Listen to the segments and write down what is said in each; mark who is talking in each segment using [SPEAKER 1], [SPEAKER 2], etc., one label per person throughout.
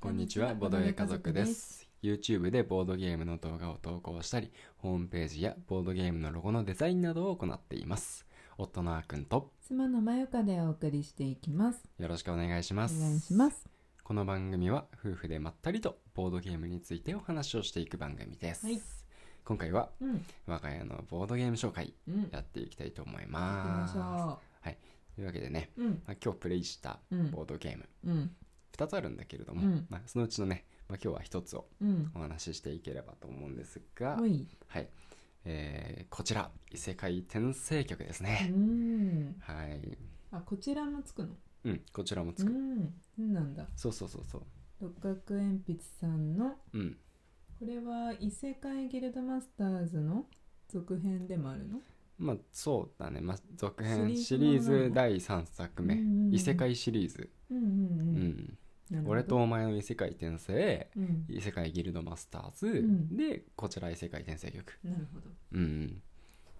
[SPEAKER 1] こんにちは、ボドゲ家族です。YouTube でボードゲームの動画を投稿したり、ホームページやボードゲームのロゴのデザインなどを行っています。夫のあーくんと、
[SPEAKER 2] 妻のまよかでお送りしていきます
[SPEAKER 1] よろしくお願いし
[SPEAKER 2] お
[SPEAKER 1] ます。
[SPEAKER 2] 願いします
[SPEAKER 1] この番組は夫婦でまったりとボードゲームについてお話をしていく番組です。
[SPEAKER 2] はい
[SPEAKER 1] 今回は
[SPEAKER 2] うん
[SPEAKER 1] 我が家のボードゲーム紹介
[SPEAKER 2] うん
[SPEAKER 1] やっていきたいと思い
[SPEAKER 2] 行
[SPEAKER 1] ま
[SPEAKER 2] き
[SPEAKER 1] す。
[SPEAKER 2] ま
[SPEAKER 1] というわけでね、
[SPEAKER 2] しょううん
[SPEAKER 1] まあ、今日プレイした
[SPEAKER 2] うん
[SPEAKER 1] ボードゲーム
[SPEAKER 2] うん
[SPEAKER 1] 2つあるんだけれども、
[SPEAKER 2] うん
[SPEAKER 1] まあ、そのうちのね、まあ、今日は1つを
[SPEAKER 2] うん
[SPEAKER 1] お話ししていければと思うんですが、
[SPEAKER 2] ほい
[SPEAKER 1] はい、えーこちら異世界転生曲です
[SPEAKER 2] う
[SPEAKER 1] ね、
[SPEAKER 2] ん
[SPEAKER 1] はい、
[SPEAKER 2] あこちらもつくの
[SPEAKER 1] うん、こちらも
[SPEAKER 2] う
[SPEAKER 1] つく、
[SPEAKER 2] んそうなんだ
[SPEAKER 1] そうそうそうそう
[SPEAKER 2] 六角鉛筆さんの
[SPEAKER 1] うん
[SPEAKER 2] これは異世界ギルドマスターズの続編でもあるの
[SPEAKER 1] まあそうだね、まあ、続編シ
[SPEAKER 2] シ
[SPEAKER 1] リ
[SPEAKER 2] リ
[SPEAKER 1] ー
[SPEAKER 2] ーズ
[SPEAKER 1] ズ第3作目、
[SPEAKER 2] うんうんうん
[SPEAKER 1] 異世界シリーズ、
[SPEAKER 2] うん
[SPEAKER 1] う
[SPEAKER 2] うんんうん
[SPEAKER 1] 俺とお前の異世界転生
[SPEAKER 2] うん
[SPEAKER 1] 異世界ギルドマスターズ、
[SPEAKER 2] ん
[SPEAKER 1] でこちら異世界転生曲、
[SPEAKER 2] なるほど
[SPEAKER 1] うんうん、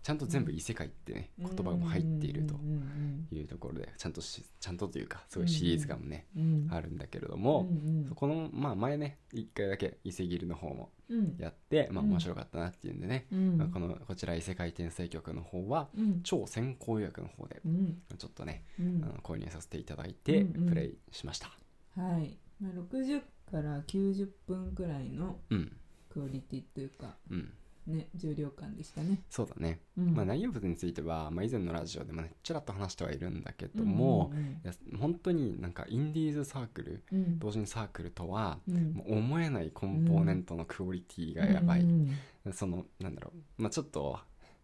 [SPEAKER 1] ちゃんと全部異世界ってね、言葉も入っていると
[SPEAKER 2] うん
[SPEAKER 1] いうところでちゃんとしちゃんとというかすごいシリーズ感もね、
[SPEAKER 2] うんうんうん
[SPEAKER 1] あるんだけれど
[SPEAKER 2] う
[SPEAKER 1] も、
[SPEAKER 2] ん
[SPEAKER 1] この、まあ、前ね一回だけ伊勢ギルの方も
[SPEAKER 2] うんうん
[SPEAKER 1] やって、まあ、
[SPEAKER 2] うん
[SPEAKER 1] 面白かったなっていうんでね、
[SPEAKER 2] うん
[SPEAKER 1] まあ、このこちら異世界転生局の方は
[SPEAKER 2] うん
[SPEAKER 1] 超先行予約の方で
[SPEAKER 2] うん
[SPEAKER 1] ちょっとね、
[SPEAKER 2] うん
[SPEAKER 1] あの購入させていただいて
[SPEAKER 2] うんうん
[SPEAKER 1] プレイしました
[SPEAKER 2] はい、まあ、60から90分くらいの
[SPEAKER 1] うん
[SPEAKER 2] クオリティというか
[SPEAKER 1] うん、
[SPEAKER 2] ね重量感でしたね、
[SPEAKER 1] そうだね、
[SPEAKER 2] うん、
[SPEAKER 1] まあ、内容物については、まあ、以前のラジオでもねちらっと話してはいるんだけども、
[SPEAKER 2] うんうん
[SPEAKER 1] いや本当になんかインディーズサークル
[SPEAKER 2] うん
[SPEAKER 1] 同人サークルとは
[SPEAKER 2] うん
[SPEAKER 1] もう思えないコンポーネントのクオリティがやばい、
[SPEAKER 2] うん
[SPEAKER 1] そのなんだろう、まあ、ちょっと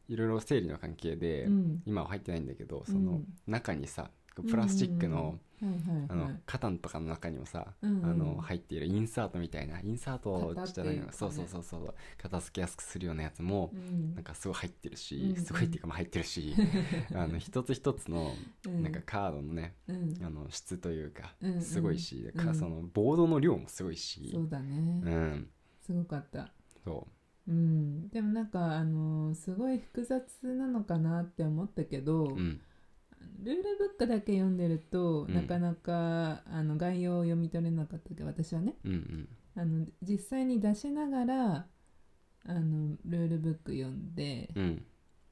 [SPEAKER 1] いろいろ整理の関係で、
[SPEAKER 2] うん
[SPEAKER 1] 今は入ってないんだけど
[SPEAKER 2] うん
[SPEAKER 1] その中にさプラスチックの,、
[SPEAKER 2] うんはいはい
[SPEAKER 1] あ
[SPEAKER 2] は
[SPEAKER 1] の
[SPEAKER 2] い
[SPEAKER 1] カタンとかの中にもさ、
[SPEAKER 2] うんうん
[SPEAKER 1] あの入っているインサートみたいなインサートじゃないの、
[SPEAKER 2] 型っていうかね
[SPEAKER 1] そうそうそうそう片付けやすくするようなやつも、
[SPEAKER 2] うん
[SPEAKER 1] なんかすごい入ってるし、
[SPEAKER 2] うんうん
[SPEAKER 1] すごいっていうかまあ入ってる しあの一つ一つの
[SPEAKER 2] うん
[SPEAKER 1] なんかカードのね、
[SPEAKER 2] うん
[SPEAKER 1] あの質というか
[SPEAKER 2] うんうん
[SPEAKER 1] すごいし、
[SPEAKER 2] うん
[SPEAKER 1] かそのボードの量もすごいし
[SPEAKER 2] そうだね、
[SPEAKER 1] うん
[SPEAKER 2] すごかった
[SPEAKER 1] そ
[SPEAKER 2] うんでもなんかあのーすごい複雑なのかなって思ったけど、
[SPEAKER 1] ううん
[SPEAKER 2] ルールブックだけ読んでると、
[SPEAKER 1] うん
[SPEAKER 2] なかなかあの概要を読み取れなかったけど私はね
[SPEAKER 1] うんうん
[SPEAKER 2] あの実際に出しながらあのルールブック読んで、
[SPEAKER 1] うん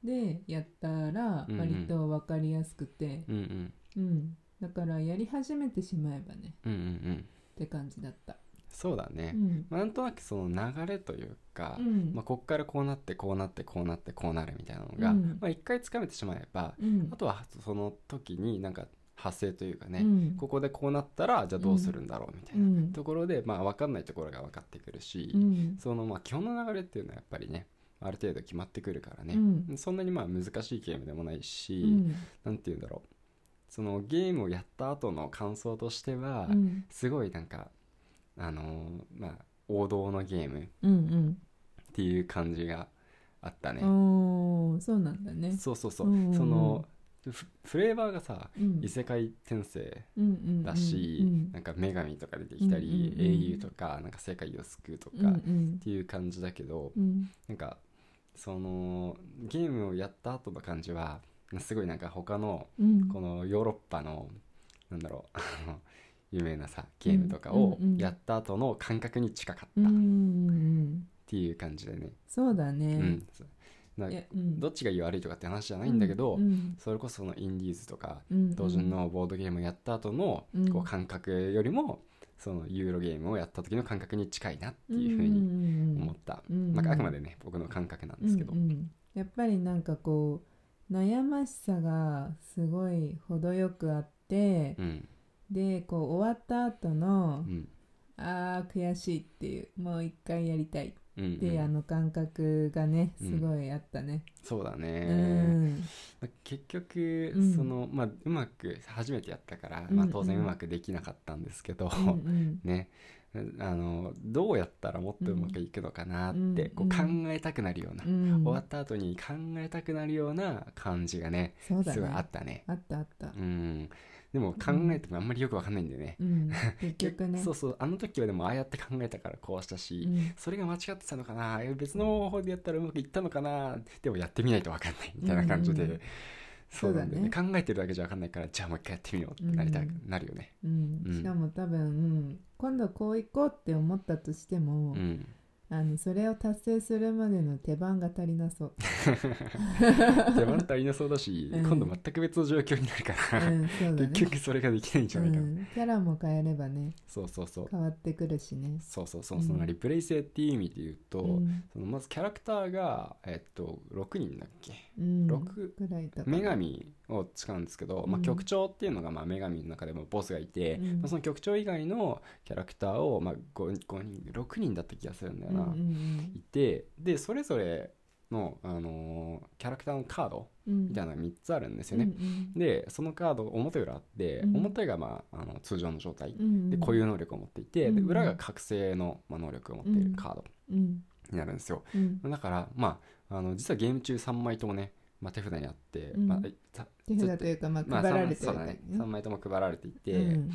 [SPEAKER 2] でやったら
[SPEAKER 1] うんうん
[SPEAKER 2] 割と分かりやすくて、
[SPEAKER 1] うんうん
[SPEAKER 2] うんだからやり始めてしまえばね
[SPEAKER 1] うんうんうん
[SPEAKER 2] って感じだった。
[SPEAKER 1] そうだね
[SPEAKER 2] う、ん
[SPEAKER 1] まあ、なんとなくその流れというか、
[SPEAKER 2] うん
[SPEAKER 1] まあ、こっからこうなってこうなってこうなってこうなるみたいなのが、
[SPEAKER 2] うん
[SPEAKER 1] まあ、一回つかめてしまえば
[SPEAKER 2] うん
[SPEAKER 1] あとはその時になんか発生というかね、
[SPEAKER 2] うん
[SPEAKER 1] ここでこうなったらじゃあどうするんだろうみたいな
[SPEAKER 2] うん
[SPEAKER 1] ところで、まあ、分かんないところが分かってくるし、
[SPEAKER 2] うん
[SPEAKER 1] そのまあ基本の流れっていうのはやっぱりねある程度決まってくるからね、
[SPEAKER 2] うん
[SPEAKER 1] そんなにまあ難しいゲームでもないし、
[SPEAKER 2] うん
[SPEAKER 1] なんて言うんだろうそのゲームをやった後の感想としては、
[SPEAKER 2] うん
[SPEAKER 1] すごいなんかあのーまあ王道のゲームっ
[SPEAKER 2] うん
[SPEAKER 1] ていう感じがあった
[SPEAKER 2] う
[SPEAKER 1] ね、
[SPEAKER 2] んおーそうなんだね。
[SPEAKER 1] そうそうそう、
[SPEAKER 2] うんうんうん
[SPEAKER 1] そのフフレーバーがさ
[SPEAKER 2] うん
[SPEAKER 1] 異世界転生
[SPEAKER 2] うんうん
[SPEAKER 1] だし、
[SPEAKER 2] うん
[SPEAKER 1] なんか女神とか出てきたり、
[SPEAKER 2] うんうんうん
[SPEAKER 1] 英雄とかなんか世界を救うとか
[SPEAKER 2] うんう
[SPEAKER 1] っ
[SPEAKER 2] ん
[SPEAKER 1] ていう感じだけど、
[SPEAKER 2] うん
[SPEAKER 1] なんかそのゲームをやった後の感じはすごいなんか他の
[SPEAKER 2] うん
[SPEAKER 1] このヨーロッパのなんだろう あの有名なさゲームとかを
[SPEAKER 2] うんうんうん
[SPEAKER 1] やった後の感覚に近か
[SPEAKER 2] う
[SPEAKER 1] っ
[SPEAKER 2] んう
[SPEAKER 1] たっ
[SPEAKER 2] んうん
[SPEAKER 1] ていう感じでね、
[SPEAKER 2] そうだ
[SPEAKER 1] うん
[SPEAKER 2] ね。
[SPEAKER 1] そうない
[SPEAKER 2] やうん
[SPEAKER 1] どっちがいい悪いとかって話じゃないんだけど、
[SPEAKER 2] うん
[SPEAKER 1] それこそそのインディーズとか
[SPEAKER 2] うん
[SPEAKER 1] 同人のボードゲームやった後の
[SPEAKER 2] うん
[SPEAKER 1] こう感覚よりもそのユーロゲームをやった時の感覚に近いなっていうふう
[SPEAKER 2] うん
[SPEAKER 1] に
[SPEAKER 2] うんうん
[SPEAKER 1] 思った、
[SPEAKER 2] うん
[SPEAKER 1] まあ、あくまでね僕の感覚なんですけど、
[SPEAKER 2] うんうんやっぱりなんかこう悩ましさがすごい程よくあって、
[SPEAKER 1] うん
[SPEAKER 2] でこう終わった後の、
[SPEAKER 1] うん
[SPEAKER 2] あー悔しいっていうもう一回やりたいっ
[SPEAKER 1] うんうん
[SPEAKER 2] て、あの感覚がね
[SPEAKER 1] うん
[SPEAKER 2] すごいあったね。
[SPEAKER 1] そうだ
[SPEAKER 2] う
[SPEAKER 1] ね、
[SPEAKER 2] ん
[SPEAKER 1] まあ結局、
[SPEAKER 2] うん
[SPEAKER 1] そのまあうまく初めてやったから、
[SPEAKER 2] うん
[SPEAKER 1] まあ
[SPEAKER 2] うん
[SPEAKER 1] 当然うまくできなかったんですけど、
[SPEAKER 2] うんうん
[SPEAKER 1] ねあのどうやったらもっとうまくいくのかなって、
[SPEAKER 2] うん
[SPEAKER 1] こう考えたくなるような、
[SPEAKER 2] うん
[SPEAKER 1] 終わった後に考えたくなるような感じがね
[SPEAKER 2] そうだ
[SPEAKER 1] すごい
[SPEAKER 2] ね
[SPEAKER 1] あったね。
[SPEAKER 2] あったあった
[SPEAKER 1] う。ん、でも考えてもあんまりよくわかんないんでね、
[SPEAKER 2] うん、結局ね。
[SPEAKER 1] そうそうあの時はでもああやって考えたからこうしたし、
[SPEAKER 2] うん
[SPEAKER 1] それが間違ってたのかなえ別の方法でやったらうまくいったのかなでもやってみないと分かんないみたいな感じで、
[SPEAKER 2] うんうん
[SPEAKER 1] そうなんだよね
[SPEAKER 2] そ
[SPEAKER 1] 考えてるだけじゃ分かんないからじゃあもう一回やってみようってなりたく
[SPEAKER 2] うん
[SPEAKER 1] なるよね
[SPEAKER 2] うん
[SPEAKER 1] うん
[SPEAKER 2] しかも多分今度こう行こうって思ったとしても、
[SPEAKER 1] うん
[SPEAKER 2] あのそれを達成するまでの手番が足りな そう、
[SPEAKER 1] 手間足りなそうだし、
[SPEAKER 2] うん
[SPEAKER 1] 今度全く別の状況になるか
[SPEAKER 2] う
[SPEAKER 1] ら、
[SPEAKER 2] ん、そうだね
[SPEAKER 1] 結局それができないんじゃないかな、
[SPEAKER 2] うん、キャラも変えればね
[SPEAKER 1] そうそうそう
[SPEAKER 2] 変わってくるしね
[SPEAKER 1] そうそうそううんそのリプレイ性っていう意味で言うと、
[SPEAKER 2] うん
[SPEAKER 1] そのまずキャラクターが、えっと、6人だっけ
[SPEAKER 2] うん
[SPEAKER 1] 六
[SPEAKER 2] くらいとか
[SPEAKER 1] 女神を使うんですけど、まあ、
[SPEAKER 2] うん
[SPEAKER 1] 局長っていうのがまあ女神の中でもボスがいて、
[SPEAKER 2] うん
[SPEAKER 1] まあ、その局長以外のキャラクターをまあ 5, 5人6人だった気がするんだよ
[SPEAKER 2] うんう
[SPEAKER 1] な、
[SPEAKER 2] ん
[SPEAKER 1] いてでそれぞれの、あのーキャラクターのカード
[SPEAKER 2] うん、
[SPEAKER 1] みたいなのが3つあるんです
[SPEAKER 2] う
[SPEAKER 1] よ
[SPEAKER 2] んう
[SPEAKER 1] ね、
[SPEAKER 2] ん
[SPEAKER 1] でそのカード表裏あって、
[SPEAKER 2] うん
[SPEAKER 1] 表がまああの通常の状態
[SPEAKER 2] うんうん、
[SPEAKER 1] で固有能力を持っていて、で
[SPEAKER 2] うん
[SPEAKER 1] 裏が覚醒の、まあ、能力を持っているカード
[SPEAKER 2] うん
[SPEAKER 1] になるんですよ、
[SPEAKER 2] うん、
[SPEAKER 1] だからまああの実はゲーム中3枚ともね、まあ、手札にあって、
[SPEAKER 2] うん
[SPEAKER 1] まあ、た
[SPEAKER 2] 手
[SPEAKER 1] ずっ
[SPEAKER 2] 札
[SPEAKER 1] と
[SPEAKER 2] というか、ま
[SPEAKER 1] ま
[SPEAKER 2] あ、
[SPEAKER 1] あ、
[SPEAKER 2] 配られて
[SPEAKER 1] そ
[SPEAKER 2] る
[SPEAKER 1] うだ
[SPEAKER 2] から
[SPEAKER 1] ね
[SPEAKER 2] ね、
[SPEAKER 1] 3枚とも配られていて、
[SPEAKER 2] うん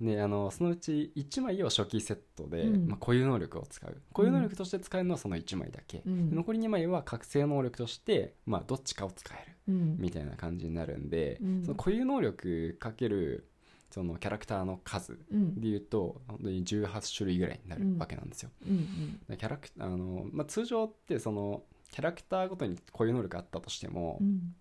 [SPEAKER 1] であのそのうち1枚を初期セットで、
[SPEAKER 2] うん
[SPEAKER 1] まあ、固有能力を使う固有能力として使えるのはその1枚だけ、
[SPEAKER 2] うん
[SPEAKER 1] 残り2枚は覚醒能力として、まあ、どっちかを使える
[SPEAKER 2] うん
[SPEAKER 1] みたいな感じになるんで、
[SPEAKER 2] うん
[SPEAKER 1] その固有能力かけるそのキャラクターの数
[SPEAKER 2] うん
[SPEAKER 1] でいうと本当に18種類ぐらいになるわけなんですよ。
[SPEAKER 2] うん
[SPEAKER 1] でキャラクあのまあ、通常ってそのキャラクターごとに固有能力あったとしても、
[SPEAKER 2] うん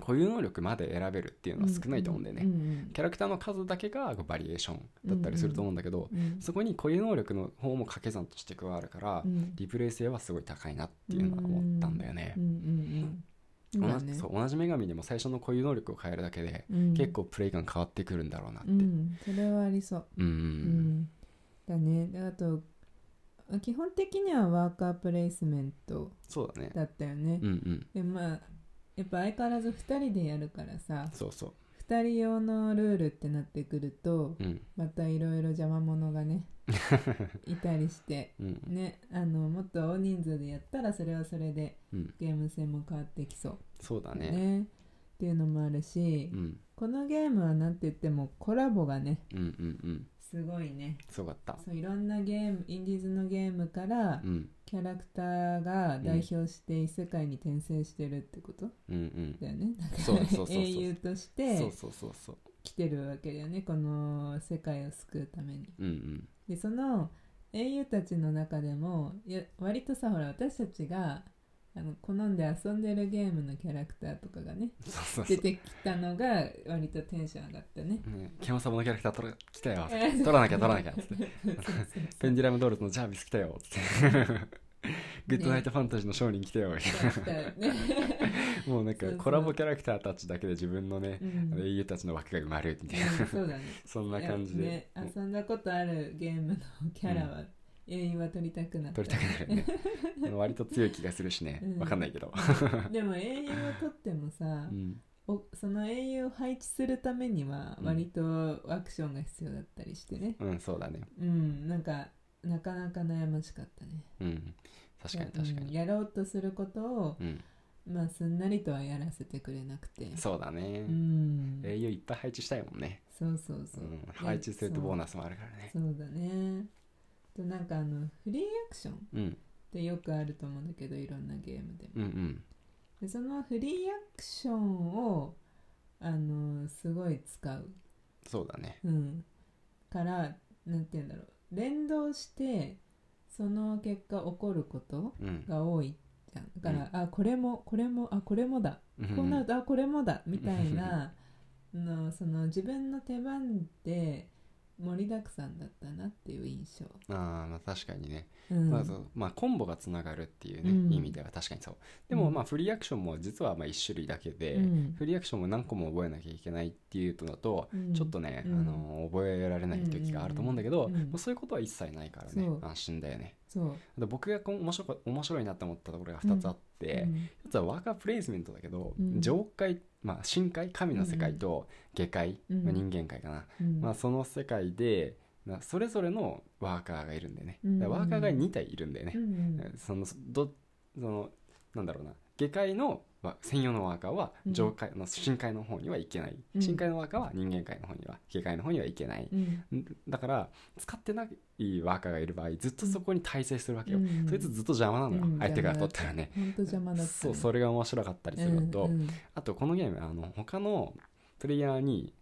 [SPEAKER 1] 固有能力まで選べるっていうのは少ないと思うんだよね。
[SPEAKER 2] うんうん
[SPEAKER 1] キャラクターの数だけがこうバリエーションだったりすると思うんだけど、
[SPEAKER 2] うん
[SPEAKER 1] そこに固有能力の方も掛け算として加わるから、
[SPEAKER 2] うん
[SPEAKER 1] リプレイ性はすごい高いなっていうのは思ったんだよね
[SPEAKER 2] うん。うんうん
[SPEAKER 1] 同
[SPEAKER 2] だ
[SPEAKER 1] じ
[SPEAKER 2] ね
[SPEAKER 1] そう同じ女神でも最初の固有能力を変えるだけで、
[SPEAKER 2] うん
[SPEAKER 1] 結構プレイ感変わってくるんだろうなって。
[SPEAKER 2] う
[SPEAKER 1] うん
[SPEAKER 2] んそれはありそう
[SPEAKER 1] う
[SPEAKER 2] うんんだねであと基本的にはワーカープレイスメント
[SPEAKER 1] そうだね。
[SPEAKER 2] だったよね
[SPEAKER 1] うんうん。
[SPEAKER 2] でまあやっぱ相変わらず2人でやるからさ
[SPEAKER 1] そうそ
[SPEAKER 2] 2人用のルールってなってくると
[SPEAKER 1] う。うん。
[SPEAKER 2] またいろいろ邪魔者 がねいたりして
[SPEAKER 1] うん。
[SPEAKER 2] ねあのもっと大人数でやったらそれはそれで
[SPEAKER 1] うん。
[SPEAKER 2] ゲーム性も変わってきそう
[SPEAKER 1] そうだ
[SPEAKER 2] だ
[SPEAKER 1] ね。
[SPEAKER 2] ねっていうのもあるし、
[SPEAKER 1] うん。
[SPEAKER 2] このゲームは何て言ってもコラボがね
[SPEAKER 1] うんうんうん。
[SPEAKER 2] すごいね
[SPEAKER 1] すごかった。
[SPEAKER 2] そういろんなゲームインディーズのゲームから
[SPEAKER 1] うん
[SPEAKER 2] キャラクターが代表して異世界に転生してるってこと
[SPEAKER 1] うんうん。
[SPEAKER 2] だよね、だから
[SPEAKER 1] そうそうそうそう
[SPEAKER 2] 英雄とし
[SPEAKER 1] そう
[SPEAKER 2] て
[SPEAKER 1] そうそうそう。
[SPEAKER 2] 来てるわけだよねこの世界を救うために
[SPEAKER 1] うんうん。
[SPEAKER 2] でその英雄たちの中でもいや割とさほら私たちがあの好んで遊んでるゲームのキャラクターとかが ね
[SPEAKER 1] そうそうそ
[SPEAKER 2] 出
[SPEAKER 1] う。
[SPEAKER 2] てきたのが割とテンション上がったね。
[SPEAKER 1] ね、ケモサボのキャラクター取ら来たよ。
[SPEAKER 2] えー
[SPEAKER 1] 取らなきゃ取らなきゃ。つって
[SPEAKER 2] そうそうそう
[SPEAKER 1] ペンデュラムドールズのジャービス来たよ。つって。グッドナイトファンタジーの商人来たよ。
[SPEAKER 2] 来たよね
[SPEAKER 1] もうなんか
[SPEAKER 2] そうそう
[SPEAKER 1] コラボキャラクターたちだけで自分のね
[SPEAKER 2] う、ん
[SPEAKER 1] 英雄たちの枠が埋まるみたいな、
[SPEAKER 2] うんそうだね。
[SPEAKER 1] そんな感じで、
[SPEAKER 2] ね、遊んだことあるゲームのキャラは、英雄は取りたくなった。
[SPEAKER 1] 取りたくなるよね割と強い気がするしね、
[SPEAKER 2] うん
[SPEAKER 1] わかんないけど、
[SPEAKER 2] でも英雄を取ってもさ
[SPEAKER 1] う、ん、
[SPEAKER 2] おその英雄を配置するためには
[SPEAKER 1] うん
[SPEAKER 2] 割とアクションが必要だったりしてね。
[SPEAKER 1] うん、そうだね
[SPEAKER 2] うん、なんかなかなか悩ましかったね。
[SPEAKER 1] うん確かに確か
[SPEAKER 2] うん
[SPEAKER 1] に
[SPEAKER 2] やろうとすることを、
[SPEAKER 1] うん、
[SPEAKER 2] まあすんなりとはやらせてくれなくて。
[SPEAKER 1] そうだね、
[SPEAKER 2] うん。
[SPEAKER 1] 英雄いっぱい配置したいもんね、
[SPEAKER 2] そうそうそうう。
[SPEAKER 1] ん、配置するとボーナスもあるからね
[SPEAKER 2] そうだね。となんかあのフリーアクションっ
[SPEAKER 1] うん
[SPEAKER 2] てよくあると思うんだけどいろんなゲームでも。
[SPEAKER 1] うんうん
[SPEAKER 2] でそのフリーアクションをあのすごい使う、
[SPEAKER 1] そうだね
[SPEAKER 2] うん、からなんて言うんだろう連動してその結果起こること
[SPEAKER 1] うん
[SPEAKER 2] が多いじゃんだから、あこれもこれもあこれもだ
[SPEAKER 1] うん
[SPEAKER 2] こうなると、あこれもだみたいな のその自分の手番で盛りだくさんだったなっていう印象。
[SPEAKER 1] あーまあ確かにね、
[SPEAKER 2] うん
[SPEAKER 1] まあそうまあ、コンボがつながるっていうね、
[SPEAKER 2] うん
[SPEAKER 1] 意味では確かにそうで
[SPEAKER 2] う
[SPEAKER 1] も
[SPEAKER 2] ん
[SPEAKER 1] まあフリーアクションも実はまあ1種類だけで、
[SPEAKER 2] うん
[SPEAKER 1] フリーアクションも何個も覚えなきゃいけないっていうとだと、
[SPEAKER 2] うん
[SPEAKER 1] ちょっとね、
[SPEAKER 2] うん
[SPEAKER 1] あの覚えられない時があると思うんだけど、
[SPEAKER 2] うん
[SPEAKER 1] もうそういうことは一切ないからね
[SPEAKER 2] そう
[SPEAKER 1] 安心だよね
[SPEAKER 2] そう、
[SPEAKER 1] あと僕がこう面白こ面白いなと思ったところが2つあって、
[SPEAKER 2] うん
[SPEAKER 1] 一つはワーカープレイスメントだけど、
[SPEAKER 2] うん
[SPEAKER 1] 上界、まあ、深界神の世界と下界、
[SPEAKER 2] うん
[SPEAKER 1] まあ、人間界かな、
[SPEAKER 2] うん
[SPEAKER 1] まあ、その世界でなそれぞれのワーカーがいるんだよね、
[SPEAKER 2] うん
[SPEAKER 1] だからワーカーが2体いるんだよね
[SPEAKER 2] う、んうん
[SPEAKER 1] そのどそのなんだろうな下界のわ専用のワーカーは
[SPEAKER 2] うん
[SPEAKER 1] 上階の深海の方には行けない、
[SPEAKER 2] うん
[SPEAKER 1] 深海のワーカーは人間界の方には下界の方には行けない、
[SPEAKER 2] うん
[SPEAKER 1] んだから使ってないワーカーがいる場合ずっとそこに耐性するわけよ、
[SPEAKER 2] うん
[SPEAKER 1] そいつずっと邪魔なのよ、
[SPEAKER 2] うん
[SPEAKER 1] 相手から取ったらね、
[SPEAKER 2] ほんと邪魔だった
[SPEAKER 1] そうそれが面白かったりするのと、
[SPEAKER 2] うんうん
[SPEAKER 1] あとこのゲームあの他のプレイヤーに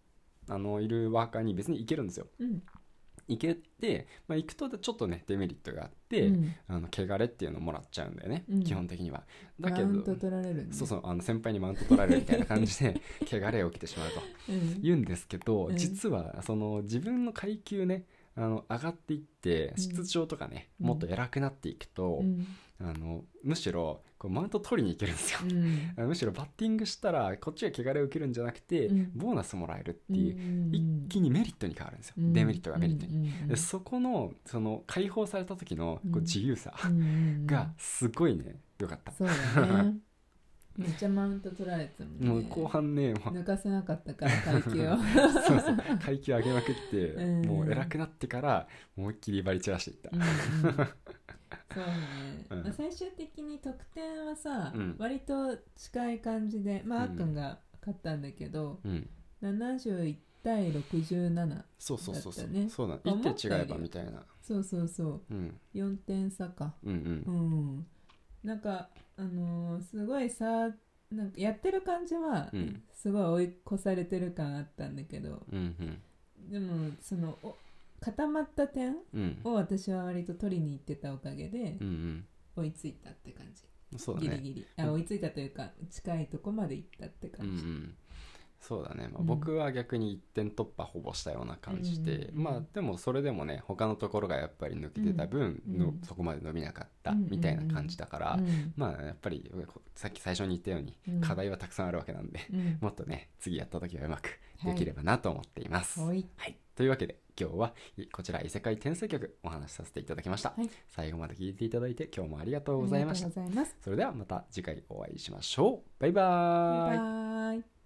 [SPEAKER 1] あのいるワーカーに別に行けるんですよ
[SPEAKER 2] うん
[SPEAKER 1] 行けて、まあ、行くとちょっとねデメリットがあって、
[SPEAKER 2] うん
[SPEAKER 1] あの汚れっていうのをもらっちゃうんだよね、
[SPEAKER 2] うん
[SPEAKER 1] 基本的にはだ
[SPEAKER 2] マ
[SPEAKER 1] け
[SPEAKER 2] ウン
[SPEAKER 1] ど
[SPEAKER 2] ト取られるね
[SPEAKER 1] そうそうあの先輩にマウント取られるみたいな感じ で汚れを起きてしまうと
[SPEAKER 2] うん
[SPEAKER 1] 言うんですけど、
[SPEAKER 2] うん
[SPEAKER 1] 実はその自分の階級ねあの上がっていって
[SPEAKER 2] うん
[SPEAKER 1] 出場とかね、
[SPEAKER 2] うん
[SPEAKER 1] もっと偉くなっていくと
[SPEAKER 2] う、ん
[SPEAKER 1] あのむしろこうマウント取りに行けるんですよ
[SPEAKER 2] う、ん
[SPEAKER 1] むしろバッティングしたらこっちが汚れを受けるんじゃなくて、
[SPEAKER 2] うん
[SPEAKER 1] ボーナスもらえるって
[SPEAKER 2] うん
[SPEAKER 1] いう、一気にメリットに変わるんですよ、
[SPEAKER 2] うん
[SPEAKER 1] デメリットがメリットに、
[SPEAKER 2] うんうんうん
[SPEAKER 1] でそこのその解放された時のこ
[SPEAKER 2] う
[SPEAKER 1] うん自由さ
[SPEAKER 2] うんうんうん
[SPEAKER 1] がすごいね良かった、
[SPEAKER 2] そうだねめっちゃマウント取られてたもんね
[SPEAKER 1] もう後半ねもう
[SPEAKER 2] 抜かせなかったから階級を
[SPEAKER 1] そうそう階級上げまくって、
[SPEAKER 2] うん
[SPEAKER 1] もう偉くなってから思いっきり威張り散らしていった
[SPEAKER 2] うんうんそうね、
[SPEAKER 1] うん
[SPEAKER 2] まあ、最終的に得点はさ、
[SPEAKER 1] うん
[SPEAKER 2] 割と近い感じでまあ、
[SPEAKER 1] うん
[SPEAKER 2] あっくんが勝ったんだけど
[SPEAKER 1] うん、
[SPEAKER 2] 71対67
[SPEAKER 1] そうそうそうそう、
[SPEAKER 2] だったね
[SPEAKER 1] そうなの
[SPEAKER 2] 思ったよ
[SPEAKER 1] 一
[SPEAKER 2] り
[SPEAKER 1] 手違えばみたいな、
[SPEAKER 2] そうそうそ
[SPEAKER 1] う
[SPEAKER 2] う
[SPEAKER 1] ん、
[SPEAKER 2] 4点差か
[SPEAKER 1] うんうん
[SPEAKER 2] うんなんかあのーすごいさなんかやってる感じは、
[SPEAKER 1] うん
[SPEAKER 2] すごい追い越されてる感あったんだけど
[SPEAKER 1] うんうん
[SPEAKER 2] でもそのお固まった点
[SPEAKER 1] うん
[SPEAKER 2] を私は割と取りに行ってたおかげで
[SPEAKER 1] うん
[SPEAKER 2] 追いついたって感じ、
[SPEAKER 1] うんそうだ
[SPEAKER 2] ギ
[SPEAKER 1] ね
[SPEAKER 2] リギリ
[SPEAKER 1] う
[SPEAKER 2] あ
[SPEAKER 1] ん
[SPEAKER 2] 追いついたというか近いとこまで行ったって
[SPEAKER 1] うんう
[SPEAKER 2] 感じ、
[SPEAKER 1] んそうだね、まあ、
[SPEAKER 2] うん
[SPEAKER 1] 僕は逆に1点突破ほぼしたような感じで、
[SPEAKER 2] うんうんうん
[SPEAKER 1] まあでもそれでもね他のところがやっぱり抜けてた分
[SPEAKER 2] うん
[SPEAKER 1] の、
[SPEAKER 2] うん
[SPEAKER 1] そこまで伸びなかった
[SPEAKER 2] うんうんうん
[SPEAKER 1] みたいな感じだから、
[SPEAKER 2] うん
[SPEAKER 1] まあやっぱりこうさっき最初に言ったように
[SPEAKER 2] うん
[SPEAKER 1] 課題はたくさんあるわけなんで、
[SPEAKER 2] うん
[SPEAKER 1] もっとね次やった時はうまく
[SPEAKER 2] は
[SPEAKER 1] で
[SPEAKER 2] い
[SPEAKER 1] きればなと思っています。
[SPEAKER 2] はい
[SPEAKER 1] はい、というわけで今日はいこちら異世界転生曲お話しさせていただきました、
[SPEAKER 2] はい
[SPEAKER 1] 最後まで聞いていただいて今日もありがとうございました
[SPEAKER 2] ありがとうございます
[SPEAKER 1] それではまた次回お会いしましょうバイバーイ
[SPEAKER 2] バイバイ